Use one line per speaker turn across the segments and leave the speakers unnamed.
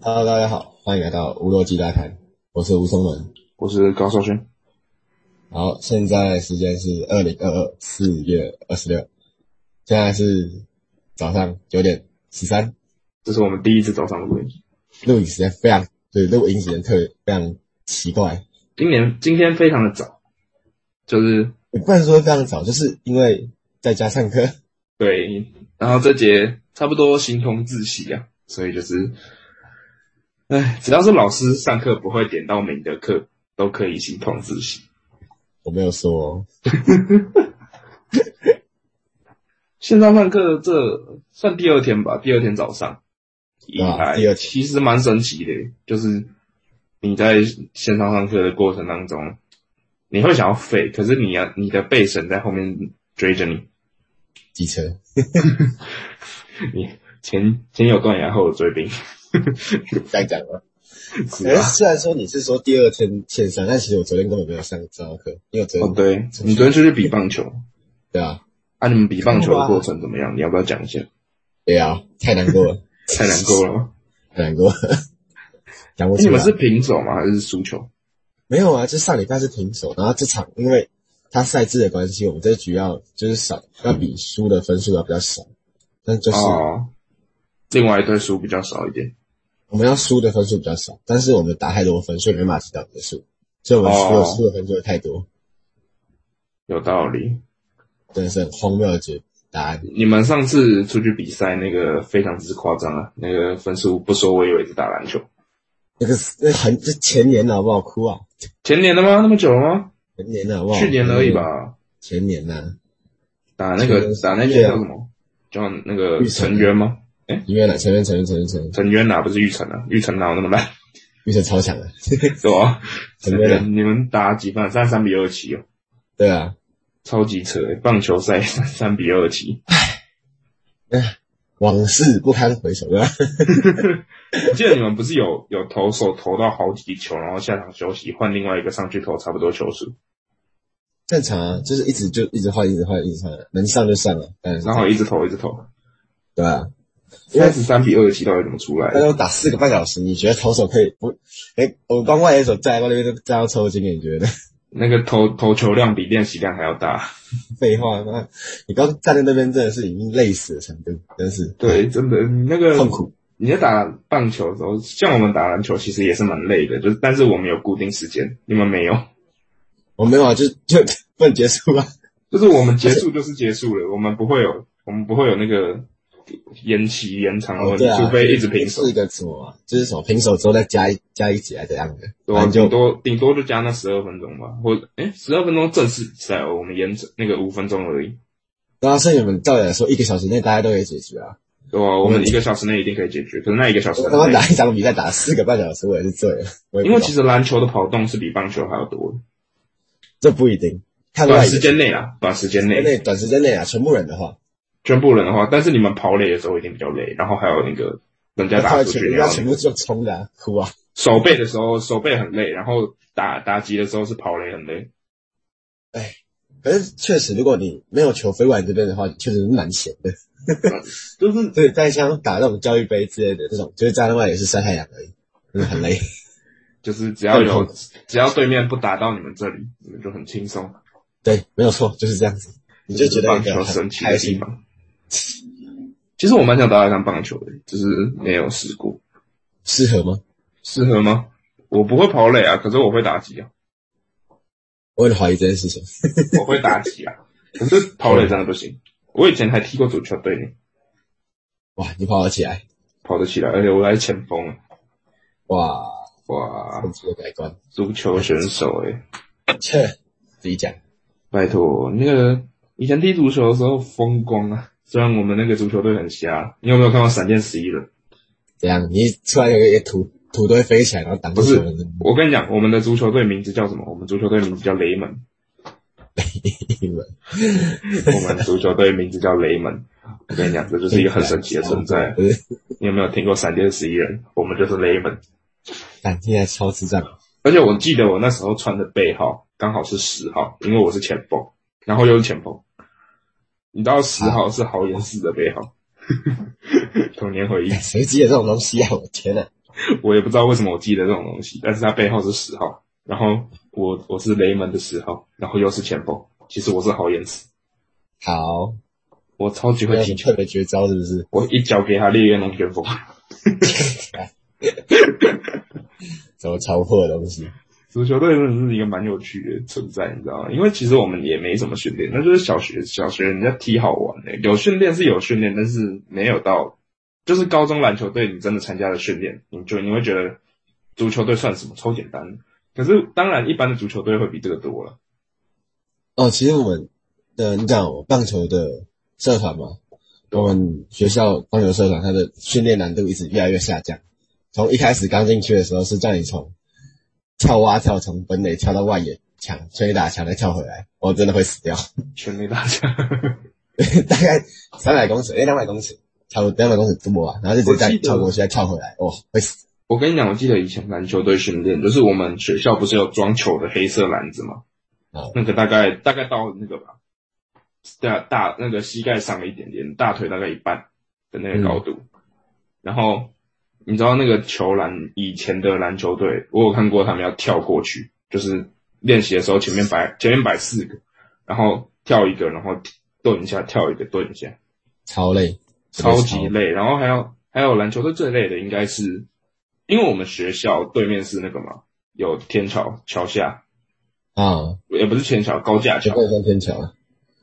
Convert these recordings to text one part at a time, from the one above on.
Hello，大家好，欢迎来到无逻辑大谈，我是吴松文。
我是高少轩。
好，现在时间是二零二二四月二十六，现在是早上九点十三，
这是我们第一次早上录音。
录影时间非常，对，录音时间特别非常奇怪，
今年今天非常的早，就是
也不能说非常早，就是因为在家上课，
对，然后这节差不多形同自习啊，所以就是，唉，只要是老师上课不会点到名的课，都可以形同自习。
我没有说哦，
线上上课这算第二天吧，第二天早上以
啊
来，
第二天
其实蛮神奇的，就是你在线上上课的过程当中，你会想要废，可是你要你的背神在后面追着你，
机车，
你前前有断崖，后有追兵，
这样讲吗？
是
可是啊
吧？
虽然说你是说第二天线上，但其实我昨天根本没有上这堂课，因为我昨天、
哦，对，你昨天出去比棒球，
对啊，
啊，你们比棒球的过程怎么样？你要不要讲一下？
对啊，太难过了，
太难过了吗。
太难过了，讲不
哎你
出
们
来。
是平手吗？还是输球？
没有啊，就上礼拜是平手，然后这场因为他赛制的关系，我们这一局要就是少要比输的分数要比较少，但就是
哦，另外一队输比较少一点。
我们要输的分数比较少，但是我们打太多分，所以没办法知道结束，所以我们
哦
输的输的分数会太多，
有道理。
真的是很荒谬的结答案。
你们上次出去比赛那个非常之夸张啊，那个分数不说，我以为是打篮球。
那个是那很这前年的好不好哭啊？
前年的吗？那么久了吗？
前年的好不好？
去年而已。吧。
前年呐、
打那
去
个
年
打那
对
些
啊
叫什么？叫那个
玉成
陈渊吗？
啊，因为呢，前面前面前面前面，
陈渊啊，不是玉成啊，玉成哪有那么烂？
预测超强的，
对吧？
怎么了
你们打几分？三三比二七哦，
对啊，
超级扯！棒球赛 三三比二七，
往事不堪回首，对吧？
我记得你们不是有有投手投到好几球，然后下场休息，换另外一个上去投差不多球数，
正常啊，就是一直就一直换，一直换，一直换，能上就上了，嗯当然是
然后一直投一直投，
对啊，因
三
为
十三比二七到底怎么出来
那
的？
种打四个半小时，你觉得投手可以不？ 哎、我光外野手站在那边都站到抽筋了，你觉得？
那个投投球量比练习量还要大，
废话，妈，你刚站在那边真的是已经累死的程度，真是
对，真的你那个
痛苦。
你在打棒球的时候，像我们打篮球其实也是蛮累的，就是但是我们有固定时间，你们没有。
我没有啊，就 就不能结束啊。
就是我们结束就是结束了，我们不会有我们不会有那个延期延长的问题，
对啊，
哦除非一直平手
是，一个什么、啊？就是什么平手之后再加一加一节还是怎样的？
对
反
吧？
正就
顶多顶多就加那十二分钟吧，或诶十二分钟正式比赛哦，我们延长那个五分钟而已，
然啊后所以你们照理来说，一个小时内大家都可以解决啊。
对吧？我们一个小时内一定可以解决，可是那一个小时
我
很
他妈
累，
打一场比赛打了四个半小时，我也是醉了。我也
因
不
为
懂
其实篮球的跑动是比棒球还要多的，
这不一定，看外
短
野
时间内啊，短时间
内
内
短时间内啊，全部人的话，
全部人的话，但是你们跑垒的时候一定比较累，然后还有那个人家
他
打
们
出
全
去，
部
然
要
后
全部就冲的、啊，哭啊！
手背的时候手背很累，然后打打击的时候是跑垒很累。
可是确实，如果你没有球飞过来这边的话，确实是蛮闲的。
就是
所以在像打那种教育杯之类的这种，就是在那外也是晒太阳而已，就是很 累。
就是只要
更
有
痛
只要对面不打到你们这里，你们就很轻松，
对，没有错，就是这样子。你就觉
是
得
棒
一
球
个
神
很
奇的
开
地
心，
方。其实我蛮想打打看棒球的，只是没有试过，
适合吗？
适合吗？我不会跑垒啊，可是我会打击啊，
我很怀疑这件事情。
我会打击啊，可是跑垒真的不行。我以前还踢过足球队呢，
哇，你跑得起来，
跑得起来，而且我还是前锋啊，
哇，
哇，
神奇的改观，
足球选手诶、
切，自己讲。
拜托，那个以前踢足球的时候风光啊，虽然我们那个足球队很瞎，你有没有看过《闪电十一人》？
怎样？你一出来有一个土土都会飞起来，然后挡住
不是
球门的。
我跟你讲，我们的足球队名字叫什么？我们足球队名字叫雷门，
英文
我们足球队名字叫雷门。我跟你讲，这就是一个很神奇的存在。
不是，
你有没有听过闪电十一人？我们就是雷门，
感听起来超智障。
而且我记得我那时候穿的背号刚好是十号，因为我是前锋，然后又是前锋。你知道十号是豪言四的背号， 童年回忆。
谁记得这种东西啊？我天呐、
我也不知道为什么我记得这种东西，但是他背号是十号，然后我我是雷门的十号，然后又是前锋。其实我是好眼子，
好，
我超级
没
会
有
踢
你
球
特，别绝招是不是？
我一脚给他烈焰龙卷风，
怎么超破的东西？
足球队真的是一个蛮有趣的存在，你知道吗？因为其实我们也没怎么训练，那就是小学小学人家踢好玩的、有训练是有训练，但是没有到，就是高中篮球队你真的参加了训练，你就你会觉得足球队算什么，超简单的。可是当然，一般的足球队会比这个多了。
哦，其实我们的你讲我棒球的社团嘛，我们学校棒球社团它的训练难度一直越来越下降。从一开始刚进去的时候是叫你从跳蛙跳，从本垒跳到外野墙，全垒打墙再跳回来，我真的会死掉。
全力大家，
大概三百公尺，哎、两百公尺，差不多两百公尺这么吧，然后就直接再
我记得
跳过去，再跳回来，哦，会死。
我跟你讲，我记得以前篮球队训练，就是我们学校不是有装球的黑色篮子吗？
哦
那个大概大概到那个吧，大大那个膝盖上了一点点，大腿大概一半的那个高度。然后你知道那个球篮，以前的篮球队，我有看过他们要跳过去，就是练习的时候前面摆前面摆四个，然后跳一个，然后蹲一下，跳一个，蹲一下。
超累，
超级累。然后还有还有篮球队最累的应该是，因为我们学校对面是那个嘛，有天桥桥下，
啊！
也不是天桥，高架
就
桥，
过山天桥了，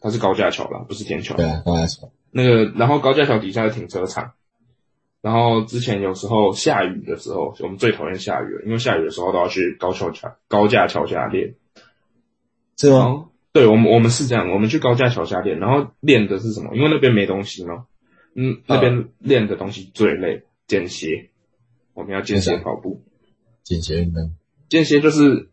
它是高架桥啦，不是天桥
对。啊，高架桥，
那个然后高架桥底下是停车场。然后之前有时候下雨的时候，我们最讨厌下雨了，因为下雨的时候都要去高桥桥高架桥下练。
是
然
吗？
后对我们我们是这样，我们去高架桥下练，然后练的是什么？因为那边没东西嘛，嗯，
啊
那边练的东西最累，间歇，我们要间歇
是啊
跑步，
简学运动，
间歇就是，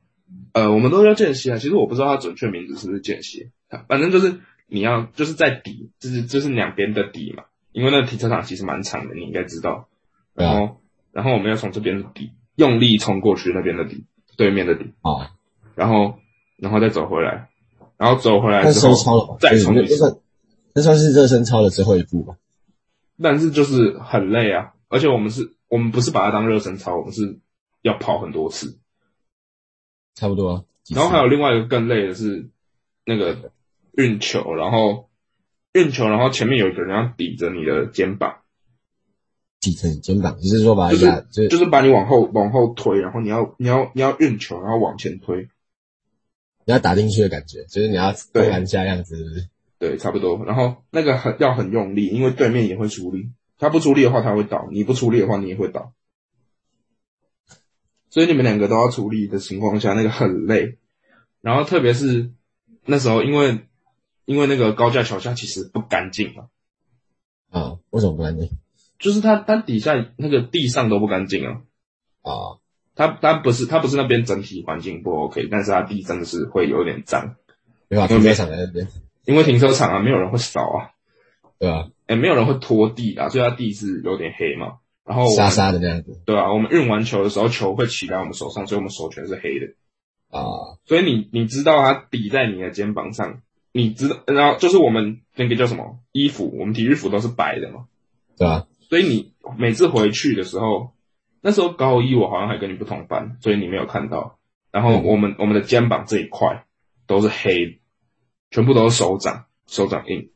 呃，我们都叫间歇啊，其实我不知道它准确名字是不是间歇，反正就是你要就是在底，就是就是两边的底嘛，因为那个停车场其实蛮长的，你应该知道，
对
然
啊
后、然后我们要从这边的底用力冲过去那边的底，对面的底，
哦，
然后然后再走回来，然后走回来
那
哎之
收
后
操了吧？
再
就是
冲
那
一
那
次，
算那算是热身操的最后一步吧？
但是就是很累啊，而且我们是，我们不是把它当热身操，我们是要跑很多次。
差不多啊。几次
然后还有另外一个更累的是那个运球，然后运球，然后前面有一个人要抵着你的肩膀，
底层肩膀，就是说把它
就是
压，就是
就是把你往后往后推，然后你要你要你要运球，然后往前推，
你要打进去的感觉，就是你要
对
灌篮下样子，是不是？
对，差不多。然后那个很要很用力，因为对面也会出力，他不出力的话他会倒，你不出力的话你也会倒。所以你们两个都要出力的情况下，那个很累。然后特别是那时候，因为因为那个高架桥下其实不干净嘛，
啊，为什么不干净？
就是它它底下那个地上都不干净啊。
啊，
它它不是它不是那边整体环境不 OK，但是它地真的是会有点脏，
没法停车场在那边，
因为停车场啊没有人会扫啊，
对吧？
哎没有人会拖地啊，所以它地是有点黑嘛。然哦后我们
沙沙的那样子
对啊，我们运完球的时候，球会起在我们手上，所以我们手全是黑的。
啊，
所以你你知道它抵在你的肩膀上，你知道，然后就是我们那个叫什么衣服，我们体育服都是白的嘛，
对吧？
所以你每次回去的时候，那时候高一我好像还跟你不同班，所以你没有看到。然后我们我们的肩膀这一块都是黑的，全部都是手掌手掌印。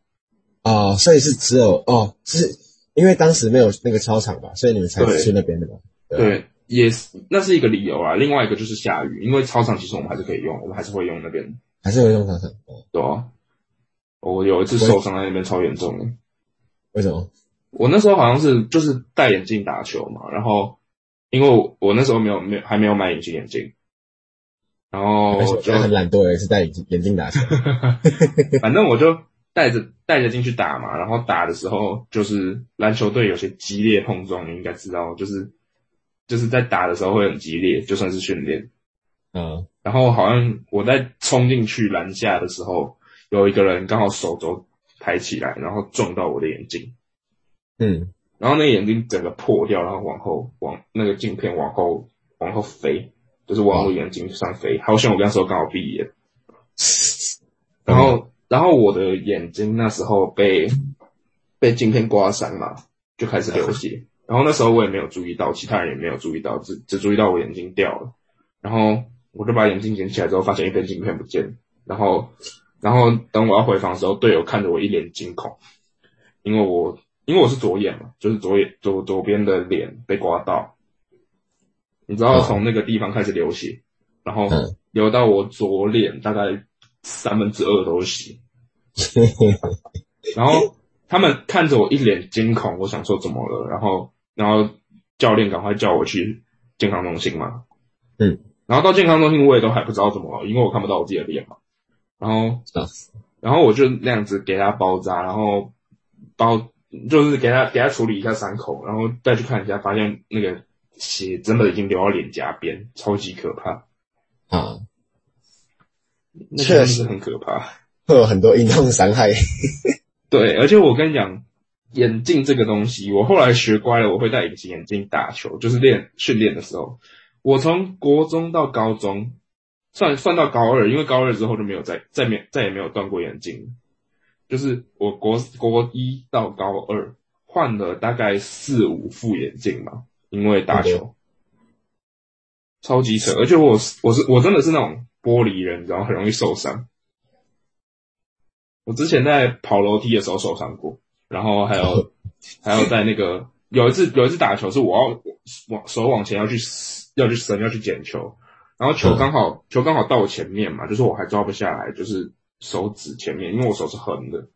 哦，所以是只有哦，是因为当时没有那个操场吧，所以你们才
对
去那边的嘛。对
对，也是那是一个理由啊。另外一个就是下雨，因为操场其实我们还是可以用，我们还是会用那边的
还是有用操场？哦
对啊，我有一次受伤在那边超严重的。
为什么？
我那时候好像是就是戴眼镜打球嘛，然后因为我我那时候没有没有还没有买隐形眼镜，然后
而且
就
我很懒惰，有一次戴眼镜眼镜 打球，
反正我就带着带着进去打嘛，然后打的时候就是篮球队有些激烈碰撞，你应该知道，就是就是在打的时候会很激烈，就算是训练。
嗯，
然后好像我在冲进去篮下的时候，有一个人刚好手肘抬起来，然后撞到我的眼镜。
嗯，
然后那个眼睛整个破掉，然后往后往那个镜片往后往后飞，就是网络眼睛上飞。好险我那时候刚好闭眼，然后然后我的眼睛那时候被被镜片刮伤嘛，就开始流血。然后那时候我也没有注意到，其他人也没有注意到，只只注意到我眼睛掉了。然后我就把眼镜捡起来之后，发现一片镜片不见了。然后然后等我要回房的时候，队友看着我一脸惊恐，因为我因为我是左眼嘛，就是左眼左左边的脸被刮到。你知道从那个地方开始流血，然后
嗯
流到我左脸大概三分之二都是血。然后他们看着我一脸惊恐，我想说怎么了？然后然后教练赶快叫我去健康中心嘛。
嗯。
然后到健康中心我也都还不知道怎么了，因为我看不到我自己的脸嘛。然后
啊
然后我就那样子给他包扎，然后包就是给他给他处理一下伤口，然后再去看一下，发现那个血真的已经流到脸颊边，超级可怕，
啊，
那
确
真
实
是很可怕。
会有很多运动伤害。
对，而且我跟你讲，眼镜这个东西，我后来学乖了，我会戴隐形眼镜打球，就是练训练的时候。我从国中到高中，算算到高二，因为高二之后就没有再再没再也没有断过眼镜。就是我国国一到高二换了大概四五副眼镜吧，因为打球，超级扯。而且我是我是我真的是那种玻璃人，然后很容易受伤。我之前在跑楼梯的时候受伤过，然后还 有还有在那个有一次有一次打球是我要往手往前要去要去伸要去捡球，然后球
嗯
刚好、球刚好到我前面嘛，就是我还抓不下来，就是手指前面，因为我手是横的，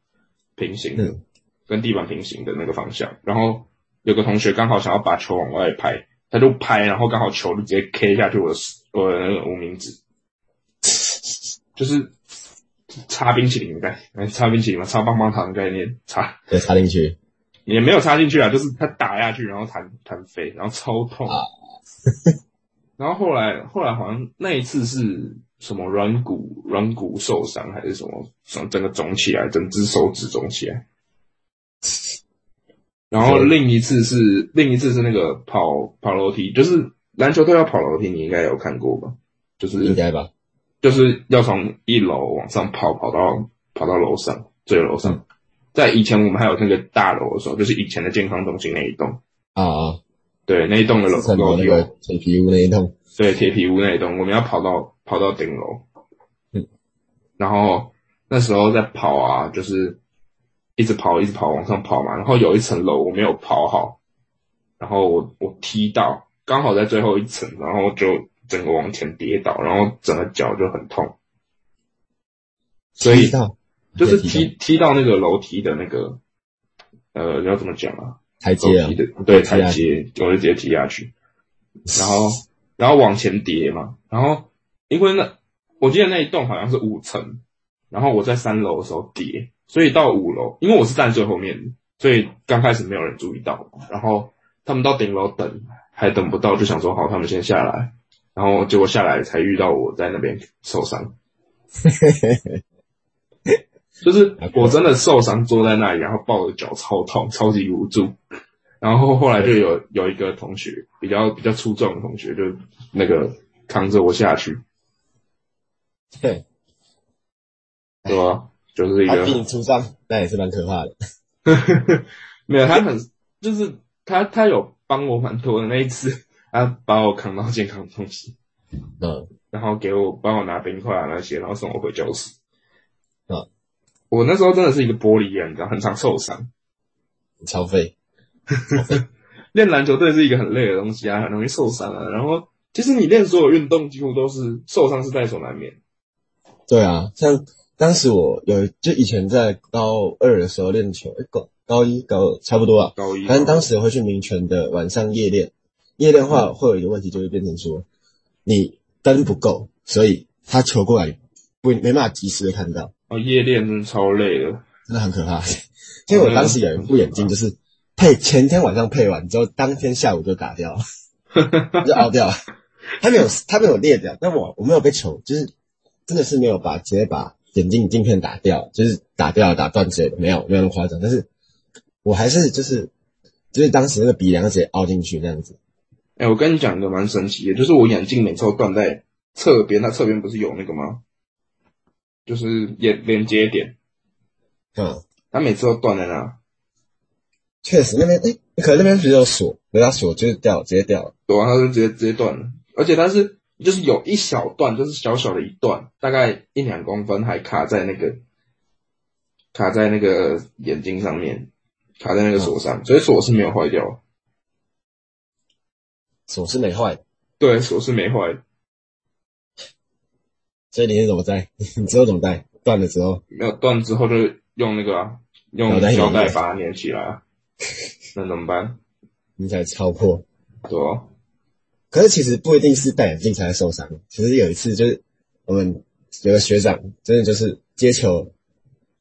平行的，
嗯
跟地板平行的那个方向。然后有个同学刚好想要把球往外拍，他就拍，然后刚好球就直接 K 下去我的我的那个无名指，就是插冰淇淋的概念，哎插冰淇淋嘛，插棒棒糖的概念，插
对，插进去，
也没有插进去啊，就是他打下去，然后弹弹飞，然后超痛。
啊
然后后来后来好像那一次是什么软骨软骨受伤还是什么，整整个肿起来，整只手指肿起来。然后
对
另一次是另一次是那个跑跑楼梯，就是篮球队要跑楼梯，你应该有看过吧？就是
应该吧？
就是要从一楼往上跑，跑到跑到楼上，最楼上。在以前我们还有那个大楼的时候，就是以前的健康中心那一栋，
啊啊，
对那一栋的楼
是很多
楼
那
梯
个
有，
铁皮屋那一栋，
对铁皮屋那一栋，我们要跑到跑到顶楼。
嗯，
然后那时候在跑啊，就是一直跑，一直跑往上跑嘛。然后有一层楼我没有跑好，然后我我踢到，刚好在最后一层，然后就整个往前跌倒，然后整个脚就很痛。所以
知道
就是
对
踢踢到那个楼梯的那个，呃，要怎么讲啊？
台
楼
阶啊
梯，的对
下去
台阶，我就直接踢下去，然后然后往前跌嘛，然后因为那我记得那一栋好像是五层，然后我在三楼的时候跌，所以到五楼，因为我是站最后面的，所以刚开始没有人注意到我，然后他们到顶楼等，还等不到，就想说好，他们先下来，然后结果下来才遇到我在那边受伤，就是我真的受伤坐在那里，然后抱着脚超痛，超级无助。然后后来就有有一个同学比较比较粗壮的同学，就那个扛着我下去，
对，
对啊吧？就是一
他
个
病出伤，那也是蛮可怕的。
没有，他很就是他他有帮我蛮多的那一次， 他把我扛到健康中心，
嗯，
然后给我帮我拿冰块啊那些，然后送我回教室。
嗯，
我那时候真的是一个玻璃人，你知道，很常受伤。
超费，
练篮球队是一个很累的东西啊，很容易受伤啊。然后其实你练所有运动，几乎都是受伤是在所难免。
对啊，像当时我有就以前在高二的时候练球，诶哎高高一高二差不多啊，
高一，
反正当时会去民权的晚上夜练，夜练的话会有一个问题，就会变成说你灯不够，所以他球过来不没办法及时的看到，
哦夜练真的超累的，
真的很可怕。因为我当时有一副眼镜，就是配前天晚上配完之后，当天下午就打掉了，就凹掉了。它没有它没有裂掉，但我我没有被球，就是真的是没有把直接把眼镜镜片打掉，就是打掉打断之类的，没有没有那么夸张。但是我还是就是就是当时那个鼻梁直接凹进去那样子，
哎、我跟你讲一个蛮神奇的，就是我眼镜每次都断在侧边，它侧边不是有那个吗？就是眼连接点，
嗯，
它每次都断在那。
确实那边哎、可能那边只有锁，没它锁就是掉，直接掉了。
对啊，它就直接直接断了，而且它是就是有一小段，就是小小的一段，大概一两公分，还卡在那个卡在那个眼睛上面，卡在那个锁上，所以锁是没有坏掉，
锁是没坏的，
对，锁是没坏，
所以你是怎么戴？ 你之后怎么戴？断了之后，
没有断之后就用那个、啊、用
胶带
胶带
粘
把它粘起来、啊，那怎么办？
你才超破。
对啊，
可是其实不一定是戴眼镜才会受伤。其实有一次就是我们有个学长，真的就是接球，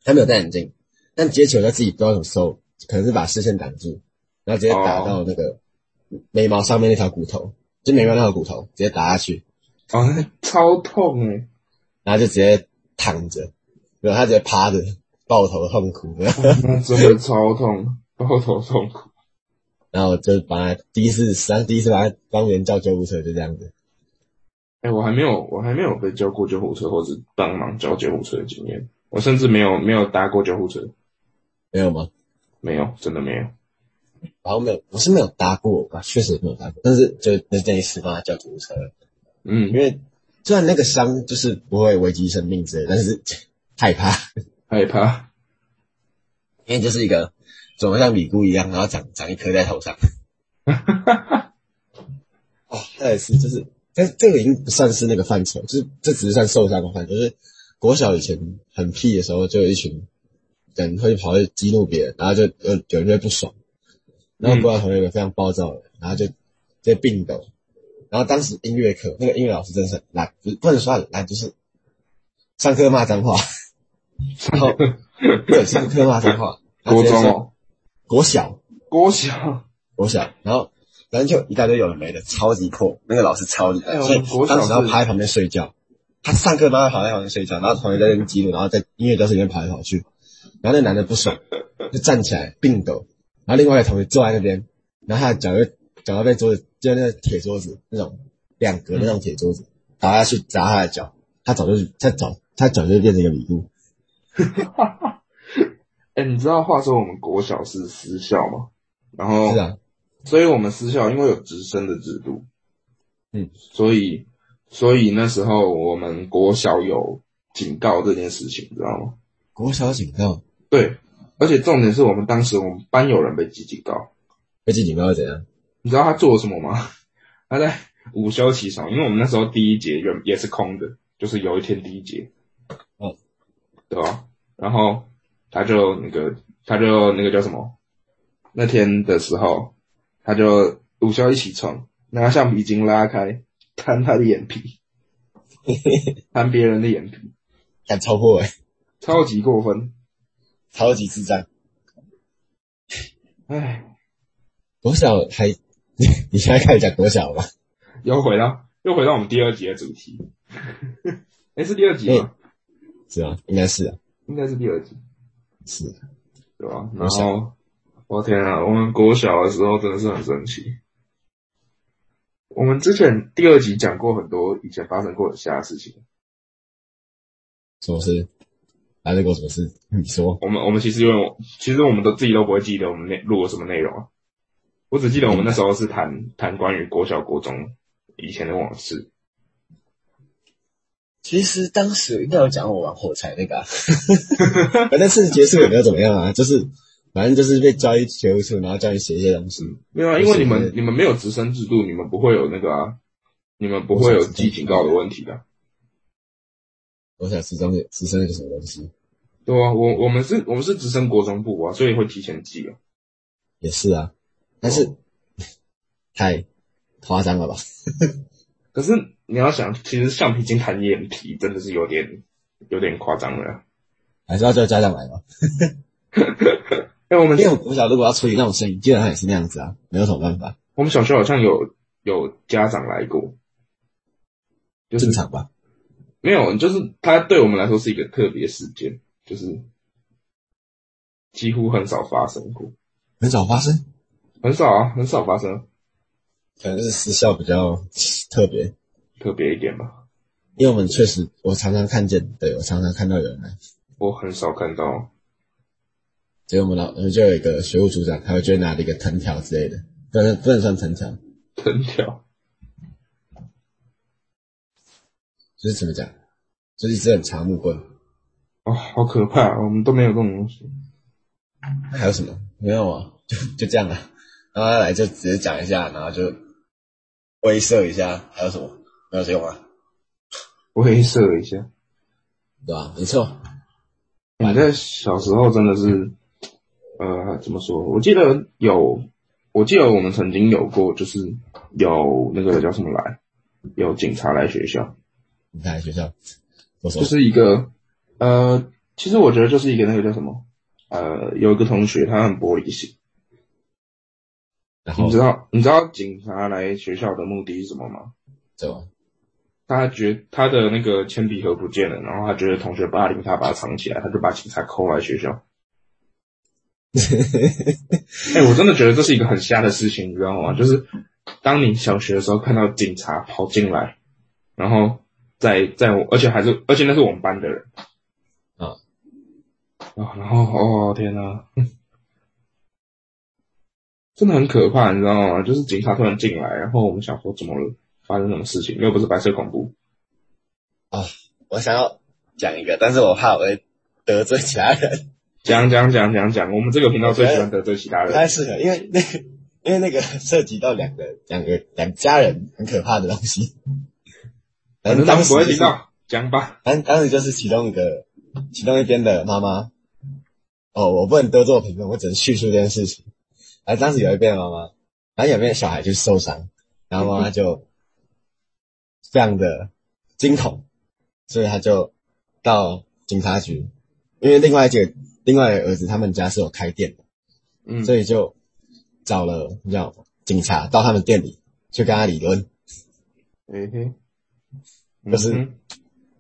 他没有戴眼镜，但接球他自己不知道怎么收，可能是把视线挡住，然后直接打到那个眉毛上面那条骨头，就眉毛那条骨头直接打下去，
啊、那超痛哎、
然后就直接躺着，然后他直接趴着抱头痛哭，
那真的超痛，抱头痛苦。
然后我就把他第一次，然后第一次把他帮别人叫救护车，就这样子。
哎、我还没有，我还没有被叫过救护车，或者帮忙叫救护车的经验。我甚至没有没有搭过救护车，
没有吗？
没有，真的没有。
然后没有，我是没有搭过吧，确实没有搭过，但是就那那一次帮他叫救护车，因
嗯，
为虽然那个伤就是不会危及生命之类，但是 害怕，
害怕。
因为就是一个肿得像米姑一样，然后长长一颗在头上。 哦，那也是，就是，但是这个已经不算是那个范畴，就是这只是算受伤的范畴，就是国小以前很屁的时候，就有一群人会跑去激怒别人，然后就有有人就会不爽，然后国小同学有个非常暴躁的人，然后就直接病倒。然后当时音乐课那个音乐老师真的是很烂，不是不能说很烂，就是上课骂 脏话，然后对上课骂脏话，他
国
直接
中
说
哦，
国小，
国小，
国小，然后反正就一大堆有的没的，超级破，那个老师超级，
哎呦
所以
国小
当时要
是
趴在旁边睡觉，他上课都要趴在旁边睡觉，然后同学在那边激怒，然后在音乐教室里面跑来跑去，然后那男的不爽，就站起来并斗，然后另外一个同学坐在那边，然后他的脚就脚要被桌子，就那个铁桌子那种两格的那种铁桌子
嗯
倒下去砸他的脚，他早就他早他脚就变成一个礼物，
哎、你知道话说我们国小是私校吗？然后
是啊，
所以我们私校因为有直升的制度，
嗯，
所以所以那时候我们国小有警告这件事情，你知道吗？
国小警告
对，而且重点是我们当时我们班有人被记警告，
被记警告会怎样？
你知道他做了什么吗？ 他在午休起床，因为我们那时候第一节原也是空的，就是有一天第一节，
嗯，
对吧？然后他就那个，他就那个叫什么？那天的时候，他就午休一起床，拿橡皮筋拉开，弹他的眼皮，弹别人的眼皮，
敢超过哎、
超级过分，
超级智障。
唉。
国小还， 你你现在开始讲国小吧？
又回到又回到我们第二集的主题。 哎、是第二集吗？
是啊，应该是啊，
应该是第二集，
是啊
对吧？
我
然
想
后，我天啊，我们国小的时候真的是很神奇。我们之前第二集讲过很多以前发生过的其他事情，
什么事？发生过什么事？你说，
我们我们其实因为其实我们都自己都不会记得我们内录了什么内容啊，我只记得我们那时候是谈谈关于国小国中以前的往事，
其实当时应该有讲我玩火柴那个、啊， 反正事情结束也没有怎么样啊，就是反正就是被叫去学务处，然后叫你写一些东西。
没有啊，因为你
就
们
是
你们没有直升制度，你们不会有那个啊，你们不会有记警告的问题的啊、
我想时中时生那个什么东西
对啊，我我们是我们是直升国中部啊，所以会提前记啊。
也是啊，但是、 太夸张了吧？
可是你要想，其实橡皮筋弹眼皮真的是有点有点夸张了啊。
还是要叫家长来吧，
哎、我们
因为我国小如果要处理那种事情，基本上也是那样子啊，没有什么办法，
我们小学好像有有家长来过，就是
正常吧？
没有，就是他对我们来说是一个特别事件，就是几乎很少发生过，
很少发生，
很少啊，很少发生。
可能是私校比较特别，
特别一点吧。
因为我们确实，我常常看见，对我常常看到有人来，
我很少看到，
结果我们老我们就有一个学务组长，他会就会拿着一个藤条之类的，不能不能算藤条，
藤条，
就是怎么讲，就是一支很长木棍。
哦，好可怕！我们都没有这种东西。
那还有什么？没有啊，就就这样了、啊。然后他来就只是讲一下，然后就威慑一下，还有什么？没有什么用啊，
威慑一下。
对吧、没错，
你在哎小时候真的是，呃，怎么说？我记得有，我记得我们曾经有过，就是有那个叫什么来，有警察来学校，
你看学校，我说
就是一个，呃，其实我觉得就是一个那个叫什么，呃，有一个同学他很玻璃心，
然后
你知道你知道警察来学校的目的是什么吗？
对吧？
他觉他的那个铅笔盒不见了，然后他觉得同学霸凌他，把他藏起来，他就把警察扣来学校。哎、我真的觉得这是一个很瞎的事情，你知道吗？就是当你小学的时候看到警察跑进来，然后在在我，而且还是而且那是我们班的人
啊
啊，然后哦天哪，真的很可怕，你知道吗？就是警察突然进来，然后我们想说怎么了，发生什么事情？又不是白色恐怖。
我想要讲一个，但是我怕我会得罪其他 人。
讲讲讲讲讲，我们这个频道最喜欢得罪其他
不
人。
太适合，因为那个因为那个涉及到两个两个两家人很可怕的东西。
反
反正
正他
当
们
时
不会
就是
听，到，讲吧。
当当时就是其中一个其中一边的妈妈。哦，我不能多做评论，我只能叙述这件事情。然后当时有一边的妈妈，然后有一边的小孩就受伤，然后妈妈就非常的惊恐，所以他就到警察局，因为另外一个另外的儿子他们家是有开店的。
嗯，
所以就找了你知道警察到他们店里去跟他理论。
嘿嘿，
不是
嗯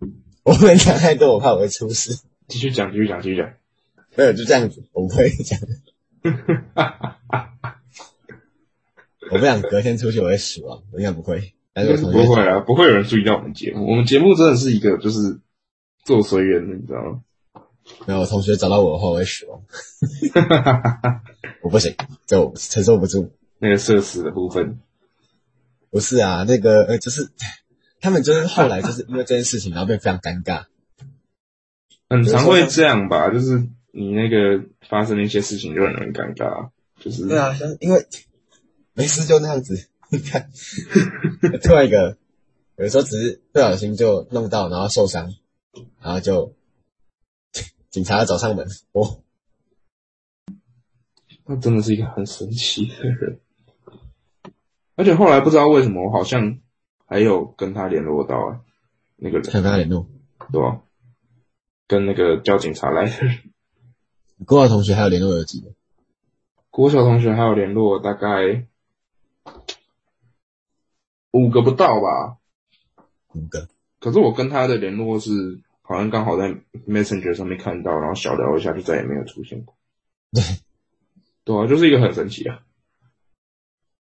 哼
我不能讲太多，我怕我会出事。
继续讲，继续讲，继续讲。
没有，就这样子，我不会讲。 我不想隔天出去我会死亡，我应该不会。但是我
应该是
同
不
学
会啊，不会有人注意到我们节目。我们节目真的是一个就是做随缘的，你知道吗？
没有，我同学找到我的话我会死 亡。我不行，这我承受不住。
那个社死的部分，
不是啊，那个呃，就是他们就是后来就是因为这件事情，然后变得非常尴尬。
很常会这样吧，就是你那个发生了一些事情就很容易尴尬，就是
对啊，像因为没事就那样子，你看， 突然一个，有时候只是不小心就弄到，然后受伤，然后就警察找上门，哦我
他真的是一个很神奇的人。而且后来不知道为什么，我好像还有跟他联络到、啊，那个人
才跟他联络。
对吧、跟那个叫警察来的人，
郭浩同学还有联络有几个？
国小同学还有联络，大概五个不到吧。
五个。
可是我跟他的联络是好像刚好在 Messenger 上面看到，然后小聊一下，就再也没有出现过。 对，对啊，就是一个很神奇啊，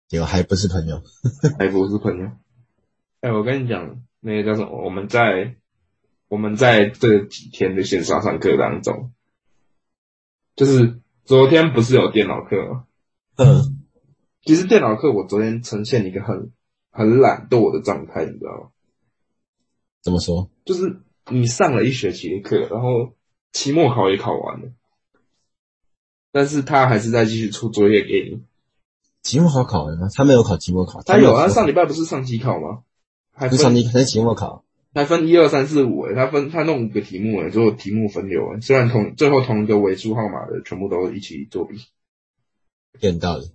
结果还不是朋友。
还不是朋友。哎、我跟你讲，那个叫什么？我们在我们在这几天的线上上课当中，就是昨天不是有电脑课吗？
嗯，
其实电脑课我昨天呈现一个很很懒惰的状态，你知道吗？
怎么说？
就是你上了一学期的课，然后期末考也考完了，但是他还是在继续出作业给你。
期末考考完吗？他没有考期末考，
他有
啊
啊，上礼拜不是上期考吗？还
不是上
分
你可能期末考，
还分一二三四五诶，他分他弄五个题目诶，最后题目分流诶，虽然同最后同一个尾数号码的全部都一起作弊，
点到 了。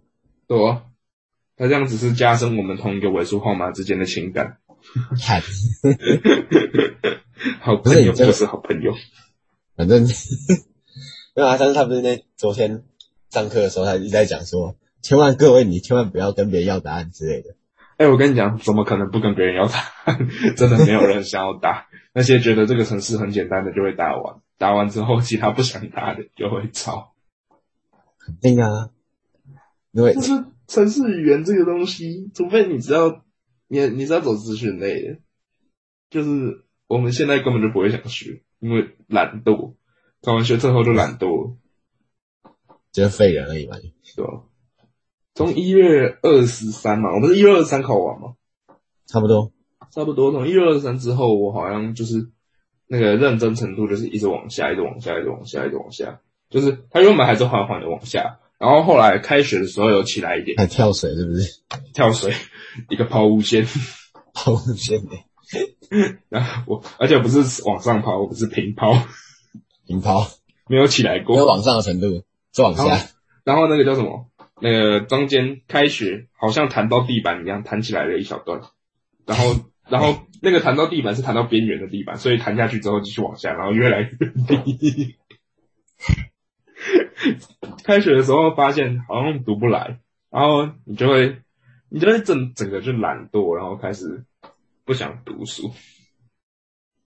对哦，他这样只是加深我们同一个尾数号码之间的情感，
看，
好
不是
朋友
你这个
就是好朋友。
反正 没有啊，但是他不是那昨天上课的时候，他一直在讲说，千万各位你千万不要跟别人要答案之类的。
哎、我跟你讲，怎么可能不跟别人要打？ 真的没有人想要打。那些觉得这个城市很简单的就会打完，打完之后其他不想打的就会吵。
肯定啊，因为
就是城市语言这个东西，除非你知道，你你是要走资讯类的，就是我们现在根本就不会想学，因为懒惰，考完学之后就懒惰了，
就是废人而已嘛。
对吧？从一月二十三嘛，我们是一月二十三考完嘛，
差不多，
差不多从一月二十三之后，我好像就是那个认真程度就是一直往下，一直往下，一直往下，一直往下，就是它原本还是缓缓的往下，然后后来开学的时候有起来一点，
还哎跳水是不是？
跳水， 一个抛物线，
好危险的，
然后我而且不是往上抛，我不是平抛，
引抛，
没有起来
没有
过。
往上的程度，是往
然
下
后。然后那个叫什么？那个中间开学好像弹到地板一样，弹起来了一小段，然后然后那个弹到地板是弹到边缘的地板，所以弹下去之后继续往下，然后越来越低。开学的时候发现好像读不来，然后你就会你就会整整个就懒惰，然后开始不想读书。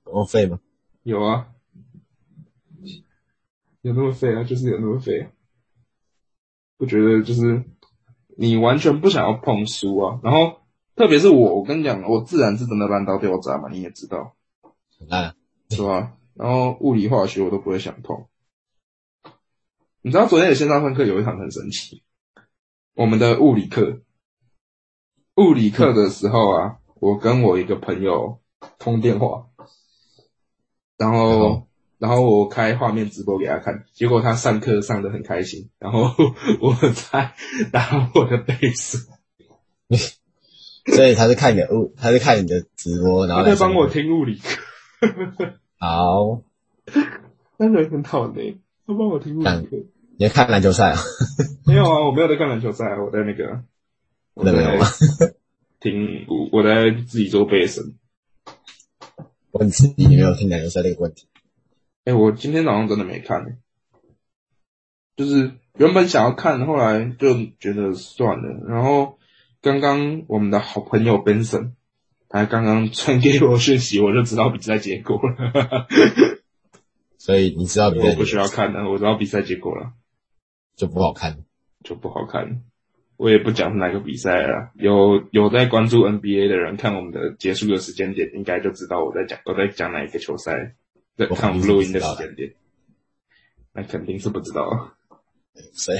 我废吗？
有啊，有那么废啊，就是有那么废、啊。我觉得就是你完全不想要碰书啊，然后特别是我，我跟你讲，我自然是真的烂到掉渣嘛，你也知道
很烂啊，
是吧？然后物理化学我都不会想碰。你知道昨天的线上上课有一堂很神奇，我们的物理课，物理课的时候啊，我跟我一个朋友通电话，然
然
后
后
然后我开画面直播给他看，结果他上课上的很开心，然后 我在打我的贝斯，
所以他是看你的物，他是看你的直播，然后
他
来
在帮
上
我
课。
听物理课，
好，
那人很讨厌，他帮我听物理课。
你在看篮球赛啊？
没有啊，我没有在看篮球赛，我在那个，我
那没有吗？
听，我在自己做背身。
我很质疑你没有听篮球赛这个问题。
哎、我今天早上真的没看、欸就是原本想要看，后来就觉得算了。然后刚刚我们的好朋友 Benson，他刚刚传给我讯息，我就知道比赛结果了。
所以你知道比赛
我不需要看了，我知道比赛结果了，
就不好看，
就不好看了。我也不讲是哪个比赛了，有有在关注 NBA 的人看我们的结束的时间点，应该就知道我在讲我在讲哪一个球赛，在
我
看我
肯定
们
是不
录音的
知道
时
的
间点，那肯定是不知道啊。
所以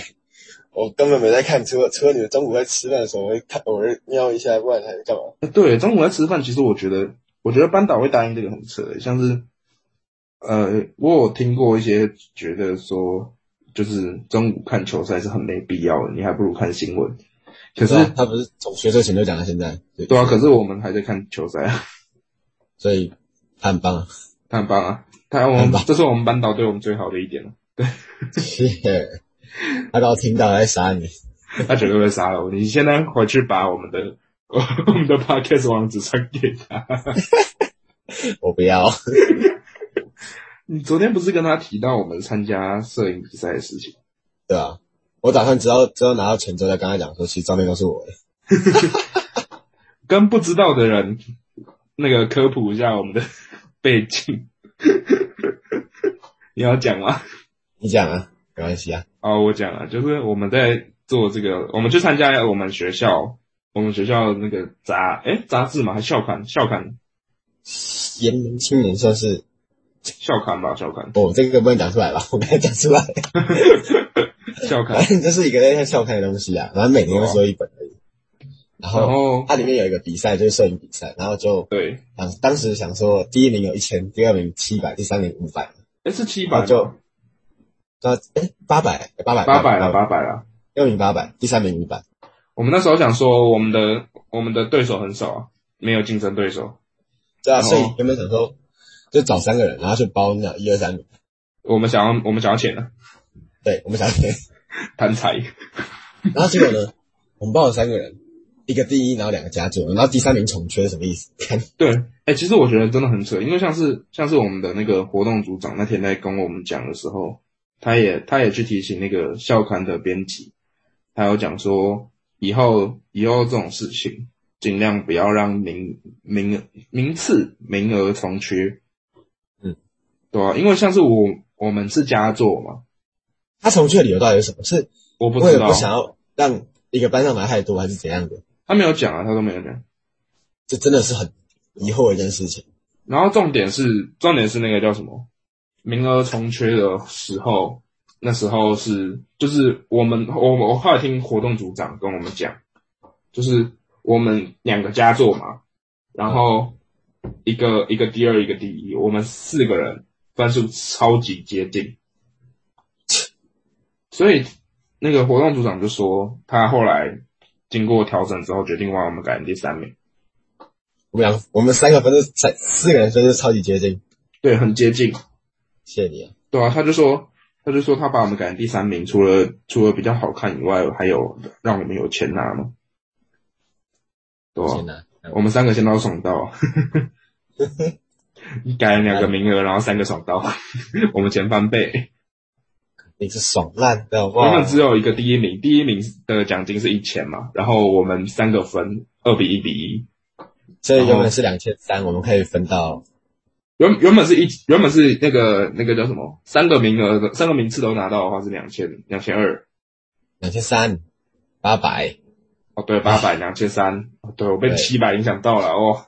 我根本没在看。除了除了你们中午在吃饭的时候，我会看，我会瞄一下，不然还干嘛？
欸对，中午在吃饭，其实我觉得，我觉得班导会答应这个很扯欸，像是，呃，我有听过一些觉得说，就是中午看球赛是很没必要的，你还不如看新闻。可是，
对啊他不是从学车前就讲到现在，对
对啊，可是我们还在看球赛啊，
所以他很棒啊。
他很棒啊，他我
很
们
棒
这是我们班导对我们最好的一点了，
他到听到来杀你，
他绝对会杀了我。你现在回去把我们的 我们的 podcast 网址传给他。
我不要。
你昨天不是跟他提到我们参加摄影比赛的事情？
对啊，我打算只要只要拿到钱之后再跟他讲说，其实照片都是我的。
跟不知道的人那个科普一下我们的背景。 你要讲吗？
你讲啊，没关系啊。
哦，我讲了，就是我们在做这个，我们去参加我们学校，我们学校那个杂诶杂志嘛，还校刊校刊
严明青年算是
校刊吧，校刊
哦，这个不能讲出来吧？我刚才讲出来，
校刊
反，正就是一个在校刊的东西啊，然后每年都只有一本而已。然
然
后
后
它里面有一个比赛，就是摄影比赛，然后就
对，
当当时想说，第一名有一千，第二名七百，第三名五百，
诶是七
然
百
后就那哎八百八百
八百了，八百了。
六名八百，第三名五百，
我们那时候想说，我们的我们的对手很少啊，没有竞争对手，
对啊，
哦
所以原本想说就找三个人，然后就包那一二三名，
我们想要我们想要钱啊，
对我们想点，
贪财。
然后结果呢，我们报了三个人，一个第一，然后两个加注，然后第三名重缺，什么意思？看
对，哎、其实我觉得真的很扯，因为像是像是我们的那个活动组长那天在跟我们讲的时候，他也他也去提醒那个校刊的编辑，他有讲说，以后以后这种事情尽量不要让名名名次名额重缺，
嗯，
对啊，因为像是我我们是佳作嘛，
他重缺的理由到底是什么？是
我不
为
知
了
道
不，想要让一个班上拿太多还是怎样的，
他没有讲啊，他都没有讲。
这真的是很疑惑的一件事情。
然后重点是，重点是那个叫什么名额重缺的时候，那时候是就是我们我我后来听活动组长跟我们讲，就是我们两个佳作嘛，然后一个一个第二一个第一，我们四个人分数超级接近，所以那个活动组长就说，他后来经过调整之后，决定把我们改成第三名。
我们两我们三个分是三四个人分是超级接近，
对，很接近，
谢谢你啊。
对啊，他就说，他就说他把我们改成第三名，除了除了比较好看以外，还有让我们有钱拿嘛，对啊
天，哪，
我们三个先到爽到，你改了两个名额，然后三个爽到， 我们钱翻倍，
你是爽烂的
我
哇
们！只有一个第一名，第一名的奖金是一千嘛，然后我们三个分二比一比一，
所以原本是两千三，我们可以分到
原原本是一原本是那个那个叫什么，三个名额的三个名次都拿到的话是两千两千二。
两千三八百，
哦，对，八百两千三，哦对我被
对
七百影响到了哦，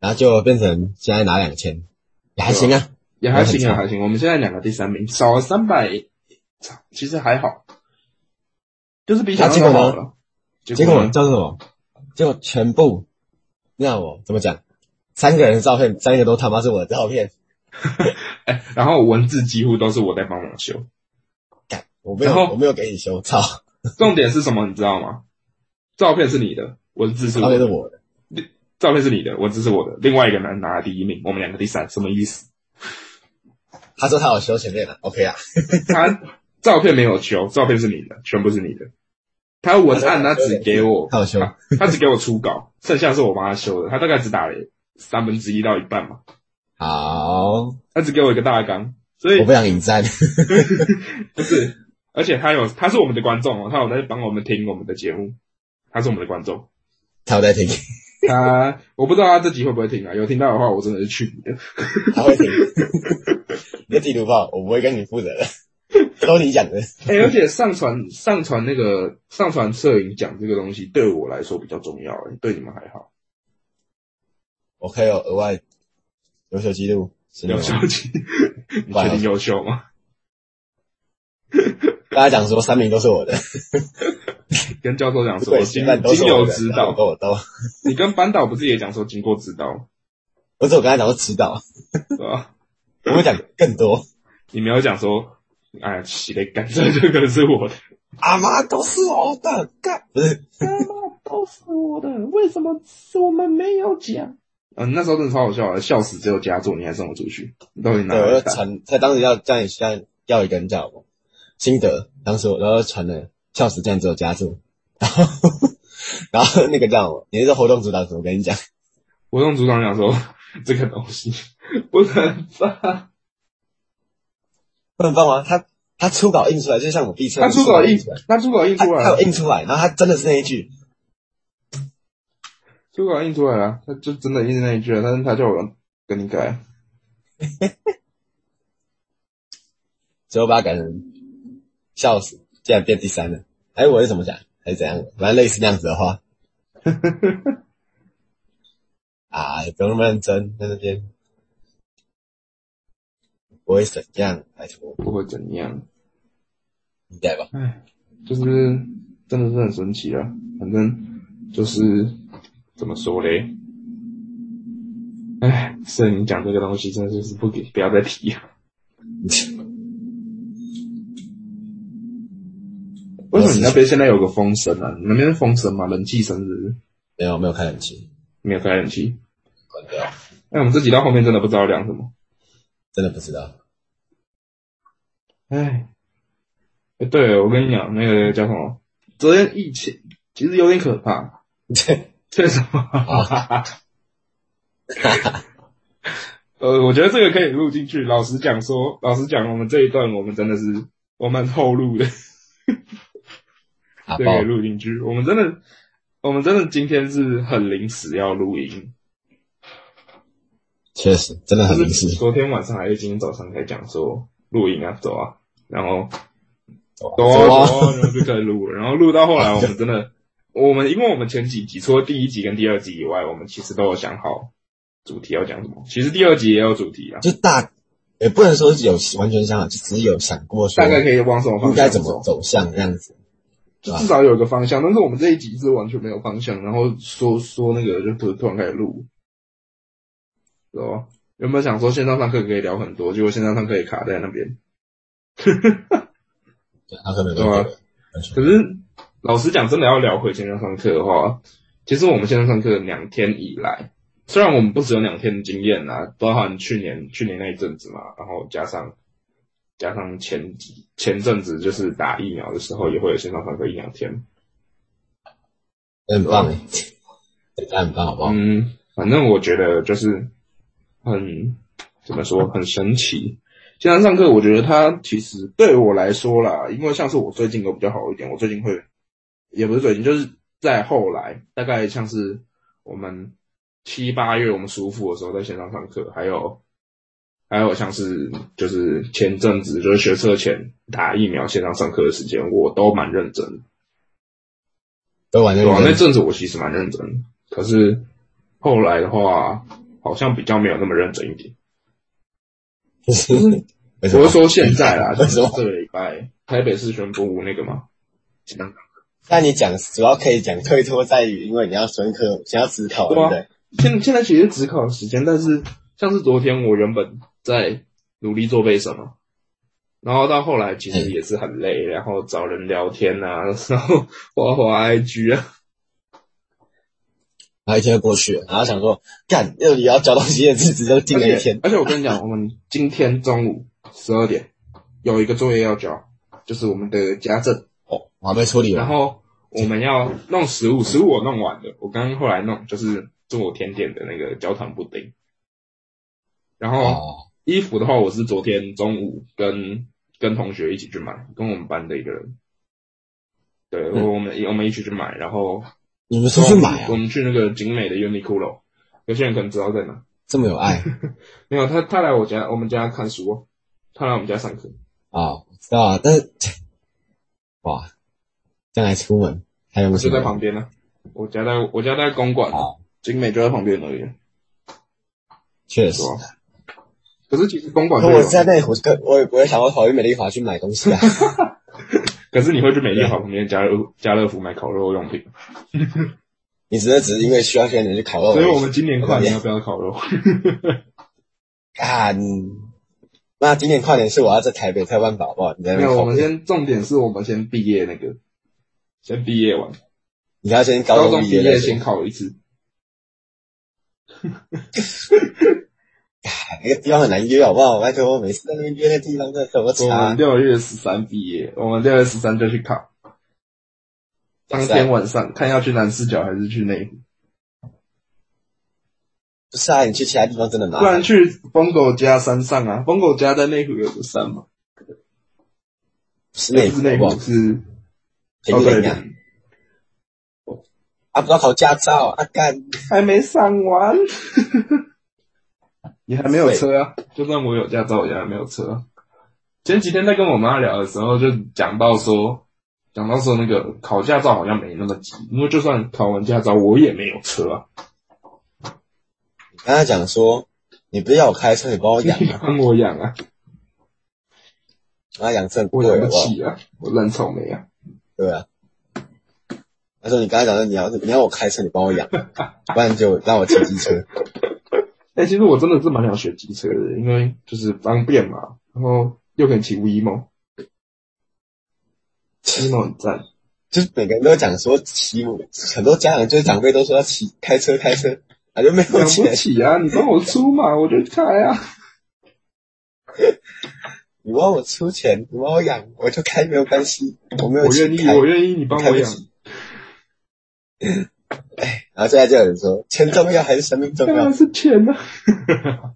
然后就变成现在拿两千，也还行啊。
也还行
那
啊，
很
还行。我们现在两个第三名，少了三百，操其实还好，就是比想象中
那结果
好
呢
了。
结果
啊呢
叫做什么？结果全部，那我怎么讲？三个人的照片，三个都他妈是我的照片，
哎，然后文字几乎都是我在帮忙修。
干，我没有，
然后
我没有给你修，操，
重点是什么，你知道吗？照片是你的，文字是
照
我
片是
的，
我的，
照片是你的，文字是我的。另外一个人拿了第一名，我们两个第三，什么意思？
他说他有修前面的，OK 啊，
他照片没有修，照片是你的，全部是你的。他文案他只给我
他有修，
他 他只给我初稿，剩下是我帮他修的。他大概只打了三分之一到一半嘛，
好，
他只给我一个大纲，所
我
以
不想引战，
不是，而且他有他是我们的观众哦，他有在帮我们听我们的节目，他是我们的观众。
他有在听，
他我不知道他这集会不会听啊，有听到的话我真的是去你的。
他会听，你的地图炮我不会跟你负责的，都你讲的，
哎、而且上传上传那个上传摄影奖这个东西对我来说比较重要、哎对你们还好。
我可以有额外留学记录，是吗
有消息，你确定优秀吗？
大家讲说三名都是我的，
跟教授讲说
对，
经
现在都是
经
我
由
的，
指
然后
导，
都我都，
你跟班导不是也讲说经过指导，
我只有跟他讲说指导，
对吧？
我会讲更多，
你没有讲说，哎呀，洗的干这这个是我的，
阿妈都是我的，干不是。
他妈都是我的，为什么是我们没有讲？嗯，那时候真的超好笑的，笑死！只有佳作，你还送我出去，你到底哪
对，我
来
就
的？
传，他当时要叫你像要一个人叫我心得，当时我然后传了笑死，这样只有加注，然后然后那个叫什么，你是活动组导什么？我跟你讲，
我用组长讲说，这个东西不能发，
不能放吗？他他初稿印出来，就像我毕设，
他初稿印
出来，，
他初稿印
他
出来
他有
了，
印出来，然后他真的是那一句，
初稿印出来了，他就真的印那一句了，但是他叫我跟你改，
最后把它改成笑死，竟然变第三了。哎，我是怎么讲？还是怎样的？反正类似那样子的 话。啊，也不用那么认真，在那边不会怎样，拜托，
不会怎样。
应该吧？
就是真的是很神奇啊。反正就是怎么说嘞，哎，摄影讲这个东西真的就是不给不要再提啊了。为什么你那边现在有个风声啊？你那边是风声吗？冷气声是不是
没有没有开冷气，
没有开冷气。
关掉，
哎，我们这集到后面真的不知道聊什么。
真的不知道。
哎，哎对我跟你讲，那个叫什么？昨天疫情其实有点可怕。这什么？呃，我觉得这个可以录进去。老实讲说，老实讲，我们这一段我们真的是我们后录的，
啊
这个可
爆
以！录进去。我们真的，我们真的今天是很临时要录音，
确实真的很
就
临
是
时，
昨天晚上还是今天早上才讲说录音啊，走啊，然后
走啊
走
走
啊
啊
走啊，然后就开始录了，然后录到后来，我们真的，我们因为我们前几集除了第一集跟第二集以外，我们其实都有想好主题要讲什么。其实第二集也有主题啊，
就大也不能说有完全想好，就只是有想过说
大概可以往什么方
应
向
该
走
怎么走向这样子。
就至少有个方向。但是我们这一集是完全没有方向，然后说说那个就突突然开始录，对吧？原本想说线上上课可以聊很多，结果线上上课也卡在那边。
对他可能
对啊可是老实讲，真的要聊回线上上课的话，其实我们线上上课两天以来，虽然我们不只有两天的经验啦，包含去年去年那一阵子嘛，然后加上加上前几前阵子就是打疫苗的时候，也会有线上上课一两天。
很棒哎，真的很棒，好不好？
嗯，反正我觉得就是很怎么说，很神奇。线上上课，我觉得它其实对我来说啦，因为像是我最近都比较好一点，我最近会也不是最近，就是在后来，大概像是我们七八月我们舒服的时候在线上上课，还有还有像是就是前阵子就是学车前打疫苗线上上课的时间，我都蛮认真的
都玩那
对啊，那
个，
阵子我其实蛮认真的，可是后来的话，好像比较没有那么认真一点。
为什
我
么
是说现在啦，就
为
是
什么？
这个礼拜台北市宣布那个嘛，这样
那你讲主要可以讲推脱在于，因为你要深刻，想要思考，对
对啊
不对？
现现在其实只考时间，但是像是昨天我原本在努力做备审嘛，然后到后来其实也是很累，然后找人聊天啊，然后滑滑 IG 啊，
然后一天就过去了，然后想说，干，又你要交东西的日子就定了一天，
而且我跟你讲，我们今天中午十二点有一个作业要交，就是我们的家政。
哦，我还没处理
然
完，
后我们要弄食物，食物我弄完了，我刚刚后来弄就是做我甜点的那个焦糖布丁。然后
哦，
衣服的话，我是昨天中午跟跟同学一起去买，跟我们班的一个人，对，
嗯
我们我们一起去买，然后
你们出去买
我
啊，
们去那个景美的 Uniqlo，有些人可能知道在哪，
这么有 爱
没有他他来我家我们家看书哦，他来我们家上课，
啊，我知道啊，但是，哇，将来出门还用
就
什
在
么？
旁边呢、啊我家在我家在公馆
好，
景美就在旁边而已。
确实
是。吧？可是其实公馆
可
就有
我在那里，我跟我也不会想要跑去美丽华去买东西啊。
可是你会去美丽华旁边家乐家乐福买烤肉用品，
你只是只是因为需要些人去烤肉而已。
所以我们今年跨年要不要烤肉？
干，啊那今年跨年是我要在台北才有办法，好不好？ 你在那
没
边
有，我
烤
们先重点是我们先毕业那个，先毕业完，
你要先高
高
中
中
毕
毕
业
业
再说
先考一次，
那个地哎方很难约，好不好？拜托，我每次在那边约那地方，真的什么
我们
差？
六月十三毕业，我们六月十三就去考，当天晚上看要去南四角还是去内湖，
不是啊，你去其他地方真的麻
不然
烦。
去疯狗家山上啊，疯狗家在内湖有个山嘛，
室
不
内
是内
好不
湖
好？
是哦
平
对
林啊，啊，不要考驾照啊，干，
还没上完， 你还没有车啊？就算我有驾照，我也还没有车啊。前几天在跟我妈聊的时候，就讲到说，讲到说那个考驾照好像没那么急，因为就算考完驾照，我也没有车啊，
你刚才讲说，你不是要我开车，你帮我养
你
吗？
帮我养啊，
然后养车很
我
贵，
养
好
不
不好？
起啊，我烂草莓啊，
对啊。他说你刚才讲的，你要你要我开车，你帮我 养，不然就让我骑机车。
哎、其实我真的是蛮想学机车的，因为就是方便嘛，然后又可以骑 VMO，VMO 很 赞，
就是每个人都讲说骑，很多家长就是长辈都说要骑开车开车，啊就没有
养不
钱。
起啊，你帮我出嘛，我就开啊。
你帮我出钱，你帮我养，我就开没有关系，我没有
我愿
钱
意，
开。
我愿意，你帮我
开不
养。
起然后现在就有人说，钱重要还是生命重
当然
要？
是钱啊！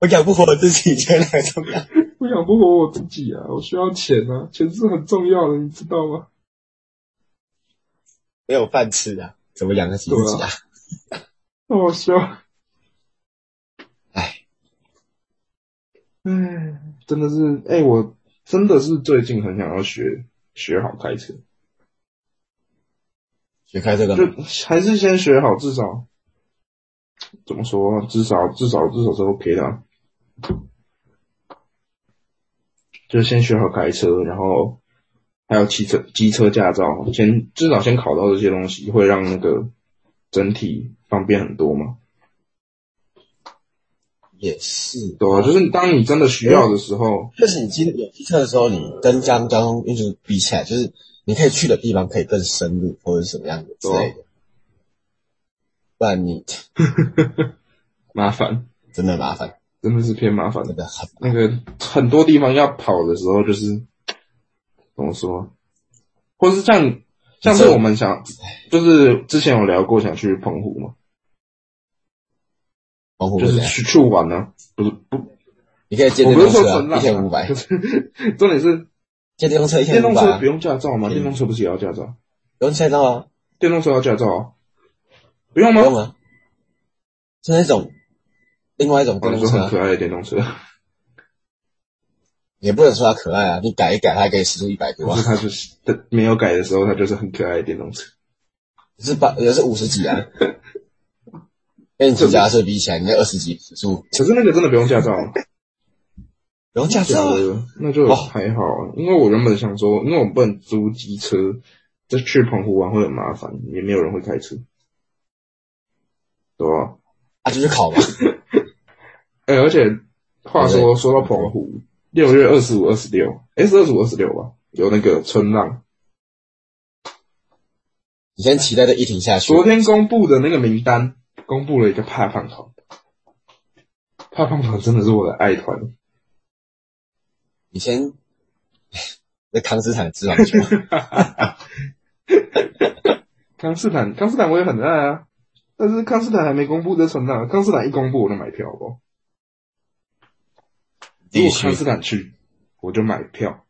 我养不活我自己，钱哪个重要？
我养不活我自己啊，我需要钱啊，钱是很重要的，你知道吗？
没有饭吃啊，怎么养得起自己
对
啊？
那我需要，
哎，
唉，真的是，哎、我真的是最近很想要学学好开车，
学开这个
就
嘛，
还是先学好，至少怎么说，至少至少至少是 OK 的啊、就先学好开车，然后还有汽车机车驾照，先至少先考到这些东西，会让那个整体方便很多嘛。
也是。
对啊，就是当你真的需要的时候，
但是你今天有机车的时候，你跟交通交通运输比起来，就是你可以去的地方可以更深入，或者是什么样的之类的。不然你
麻烦
真的麻烦，
真的是偏麻烦的
真。的很
那个很多地方要跑的时候，就是怎么说，或是像像是我们想，就是之前有聊过想去澎湖嘛，
澎湖
就
会这
是
样。
去去玩呢、啊不是不，
你可以借
我
电
不是
动
说
车啊
纯浪、
一千五百
就，是 重点是
借电动车一
电
千
动
五百
车
啊
不，用驾照吗？
嗯
电动车不是也要驾照？啊
不用签到啊，
电动车要驾照啊？不用
不
吗？
用啊，是那种另外一种
哦，
电
你
动
说
车
很
啊，
可爱的电动车，
也不能说它可爱啊，你改一改它还可以时速一百多
可
啊
是，它就是它没有改的时候，它就是很可爱的电动车。
也是八也是五十几 啊，跟你骑脚踏车比起来，你那二十几时速
可是那个真的不用驾照啊。
不用驾
假
照啊，
的，那就还好，因为我原本想说，因为我们不能租机车，就去澎湖玩会很麻烦，也没有人会开车，对吧、
啊就去考嘛，
哎、而且话说说到澎湖，六月二十五、二十六，哎，是二十五、二十六吧？有那个春浪，
你先期待这一停下去，
昨天公布的那个名单，公布了一个怕胖团，怕胖团真的是我的爱团，
你先 那康斯坦之王 球，
康斯坦，康斯坦我也很爱啊，但是康斯坦还没公布这春浪，康斯坦一公布我就买票，好不好？如
地
果
区
康斯坦去，我就买票。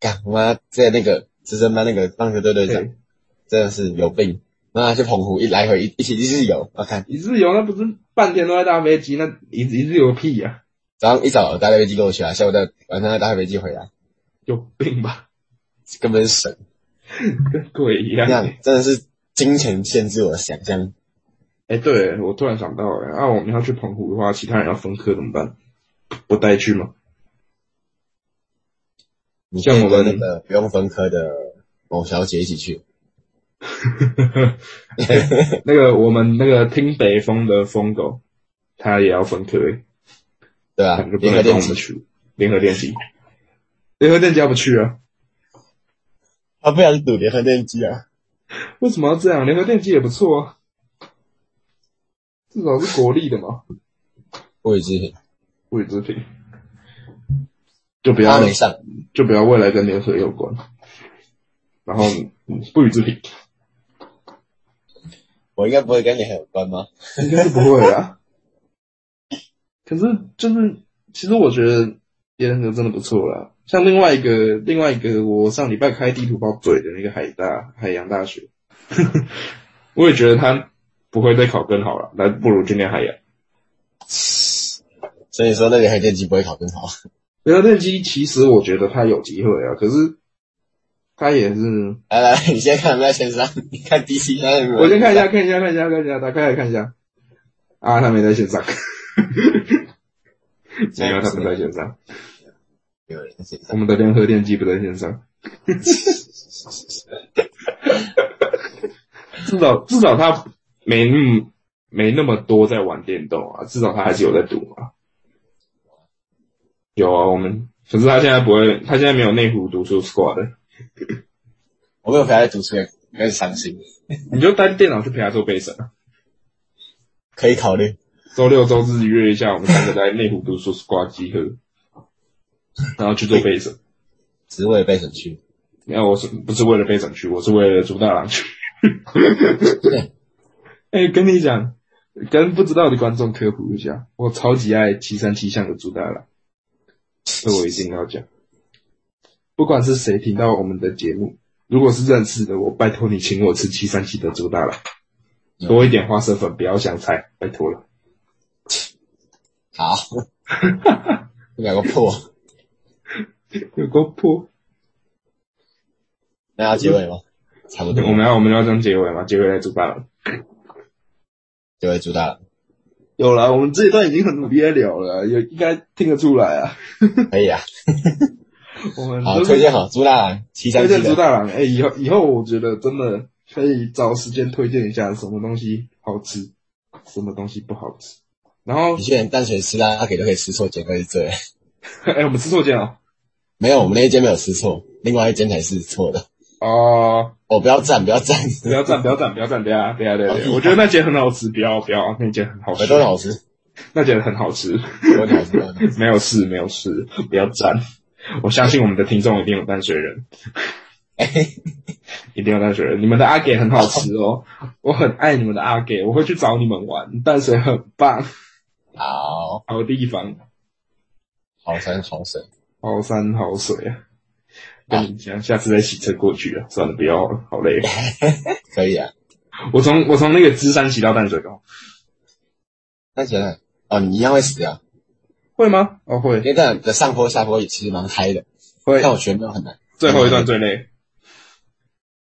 干我妈在那个资深班那个棒球队队长
对，
真的是有病，妈去澎湖一来回一一起一日游，我看
一日游那不是半天都在搭飞机，那一一日游屁呀、
早上一早搭飞机过去啊，下午再晚上再搭飞机回来，
有病吧？
根本是神，
跟鬼一样
那。样真的是金钱限制我的想象。
哎、对我突然想到、哎，啊，我们要去澎湖的话，其他人要分科怎么办？不带去 吗？
你
像
可以
我
跟
们
那个不用分科的某小姐一起去，
那个我们那个听北风的疯狗，他也要分科、哎
对吧、
他就不
联合
能跟
练
我
习
们，去啊联合练习。联合练习要不去啊？
他啊不想赌联合练习啊，
为什么要这样？联合练习也不错啊，至少是国力的嘛。
不予置评，
物理之品，就不要
他没上，
就不要未来跟联合有关，然后嗯不予置评，
我应该不会跟你很有关吗？
应该是不会啊啦。 可是就是，其实我觉得联合真的不错啦。像另外一个另外一个，我上礼拜开地图包嘴的那个海大海洋大学， 我也觉得他不会再考更好了，那不如去念海洋。
所以说那联合练习不会考更好，
联合电机其实我觉得他有机会啊，可是他也是
来来，来你先看有没有前三，你看 DC 他有没有？
我先看一下，，看一下，看一下，看一下，打开来看一下。啊，他没在线上。没有，他不在线上。
有人在
我们的联合电机不在线上。至少至少他没那么没那么多在玩电动啊，至少他还是有在赌啊。有啊，我们可是他现在不会，他现在没有内湖读书 squad 了
我没有陪他读书，有点伤心，
你就带电脑去陪他做背审啊。
可以考虑。
周六、周日约一下，我们三个在内湖读书 squad 集合，然后去做背审。
职位被省去，
没呃有，我是不是为了背审去？我是为了朱大郎去。 哎、跟你讲，跟不知道的观众科普一下，我超级爱七三七巷的朱大郎，这我一定要讲。不管是谁听到我们的节目，如果是认识的，我拜托你请我吃七三七的朱大郎，多一点花生粉，不要香菜，拜托了。
好，两个破，
有够破。
那要结尾吗？差不多，
我们要我们要这样结尾嘛？结尾来主办了。
结尾主打了，
有了，我们这一段已经很努力在聊了，有应该听得出来啊。
可 以啊。
我们
好，
都是
推荐好朱大郎，七三
推
七
荐
的，
朱大郎，哎、以后以后我觉得真的可以找时间推荐一下什么东西好吃，什么东西不好吃。然后
有，些人淡水吃拉给都可以吃错，结果是对。
哎、我们吃错间了
没有，我们那一间没有吃错，另外一间才是错的。
哦，
哦，不要赞，不要赞，
不要赞，不要赞，不要赞，对啊，对啊，对啊，对啊我觉得那间很好吃，不要不要，那间很好吃
都，很好吃，
那间很好吃，
都很好吃，都很好吃。
没有事，没有事，不要赞。我相信我们的听众一定有淡水人，
哎、
一定有淡水人。你们的阿给很好吃哦，我很爱你们的阿给，我会去找你们玩。淡水很棒，
好，
好地方。
好山好水，
好山好水啊！跟你讲，下次再骑车过去啊！算了，不要了，好累。
可以啊。
我从我从那个芝山骑到淡水哦，
那觉得哦，你一样会死啊，
会吗？哦，会
因为这样的上坡下坡也其实蛮嗨的，
会。
但我觉得没有很难，
最后一段最累，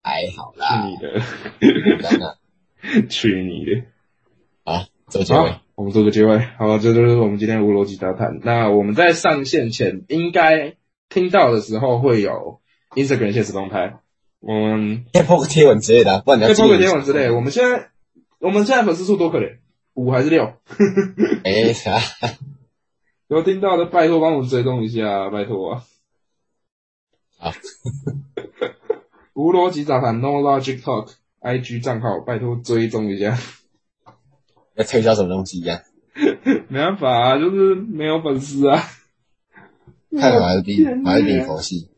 还好
去
啦，
你的， 嗯
真的。
去你的。
好，周结尾
好，我们做个结尾。好，这就是我们今天的无逻辑杂谈。那我们在上线前，应该听到的时候会有 Instagram 现实动态，我们
可以 po 个贴文之类的啊、不然你要
再
记
抛
录
个贴文之类。。我们现在我们现在粉丝数多可怜，五还是六？
哎、啥？
有听到的，拜托帮我们追踪一下，拜托啊！
好，
无逻辑杂谈 No Logic Talk IG 账号，拜托追踪一下。
要推销什么东西一样？
没办法啊，就是没有粉丝啊。
看我还是比我还是比佛系，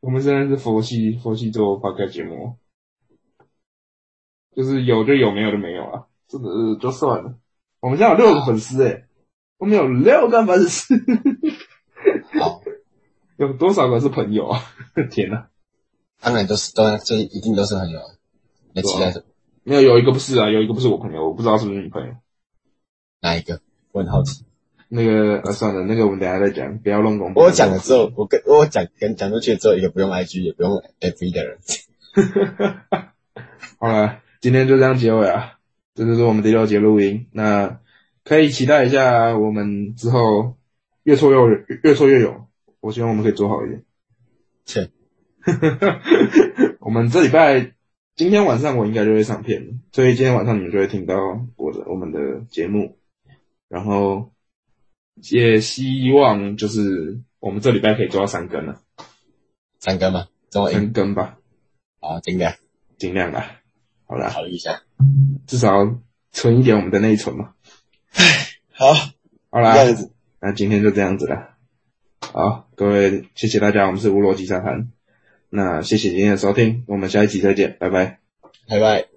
我们现在是佛系佛系做 p o d 节目，就是有就有，没有就没有啊，真的是就算了。我们现在有六个粉丝诶、我们有六个粉丝，
好，
有多少个是朋友啊？ 天哪、
当然都是都这一定都是很有，那期待什么？
没有有一个不是啊，有一个不是我朋友，我不知道是不是你朋友。
哪一个？我很好奇。
那个呃、算了，那个我们等一下再讲，不要弄公布。
我讲了之后，我跟我讲跟讲出去之后，一个不用 IG 也不用 FB 的人，
好了，今天就这样结尾啊，这就是我们第六节录音。那可以期待一下我们之后越挫越勇越挫越勇。我希望我们可以做好一点。
切，
我们这礼拜今天晚上我应该就会上片了，所以今天晚上你们就会听到我的我们的节目，然后也希望就是我们这礼拜可以做到三更了，
三哥吗？中文
三更吧，
好，尽量
尽量啦。好啦，
考虑一下。
至少存一点我们的内存嘛。
好，
好
这
啦，
样子，
那今天就这样子了。好，各位，谢谢大家，我们是无逻辑沙盘。那谢谢今天的收听，我们下一集再见，拜拜。
拜拜。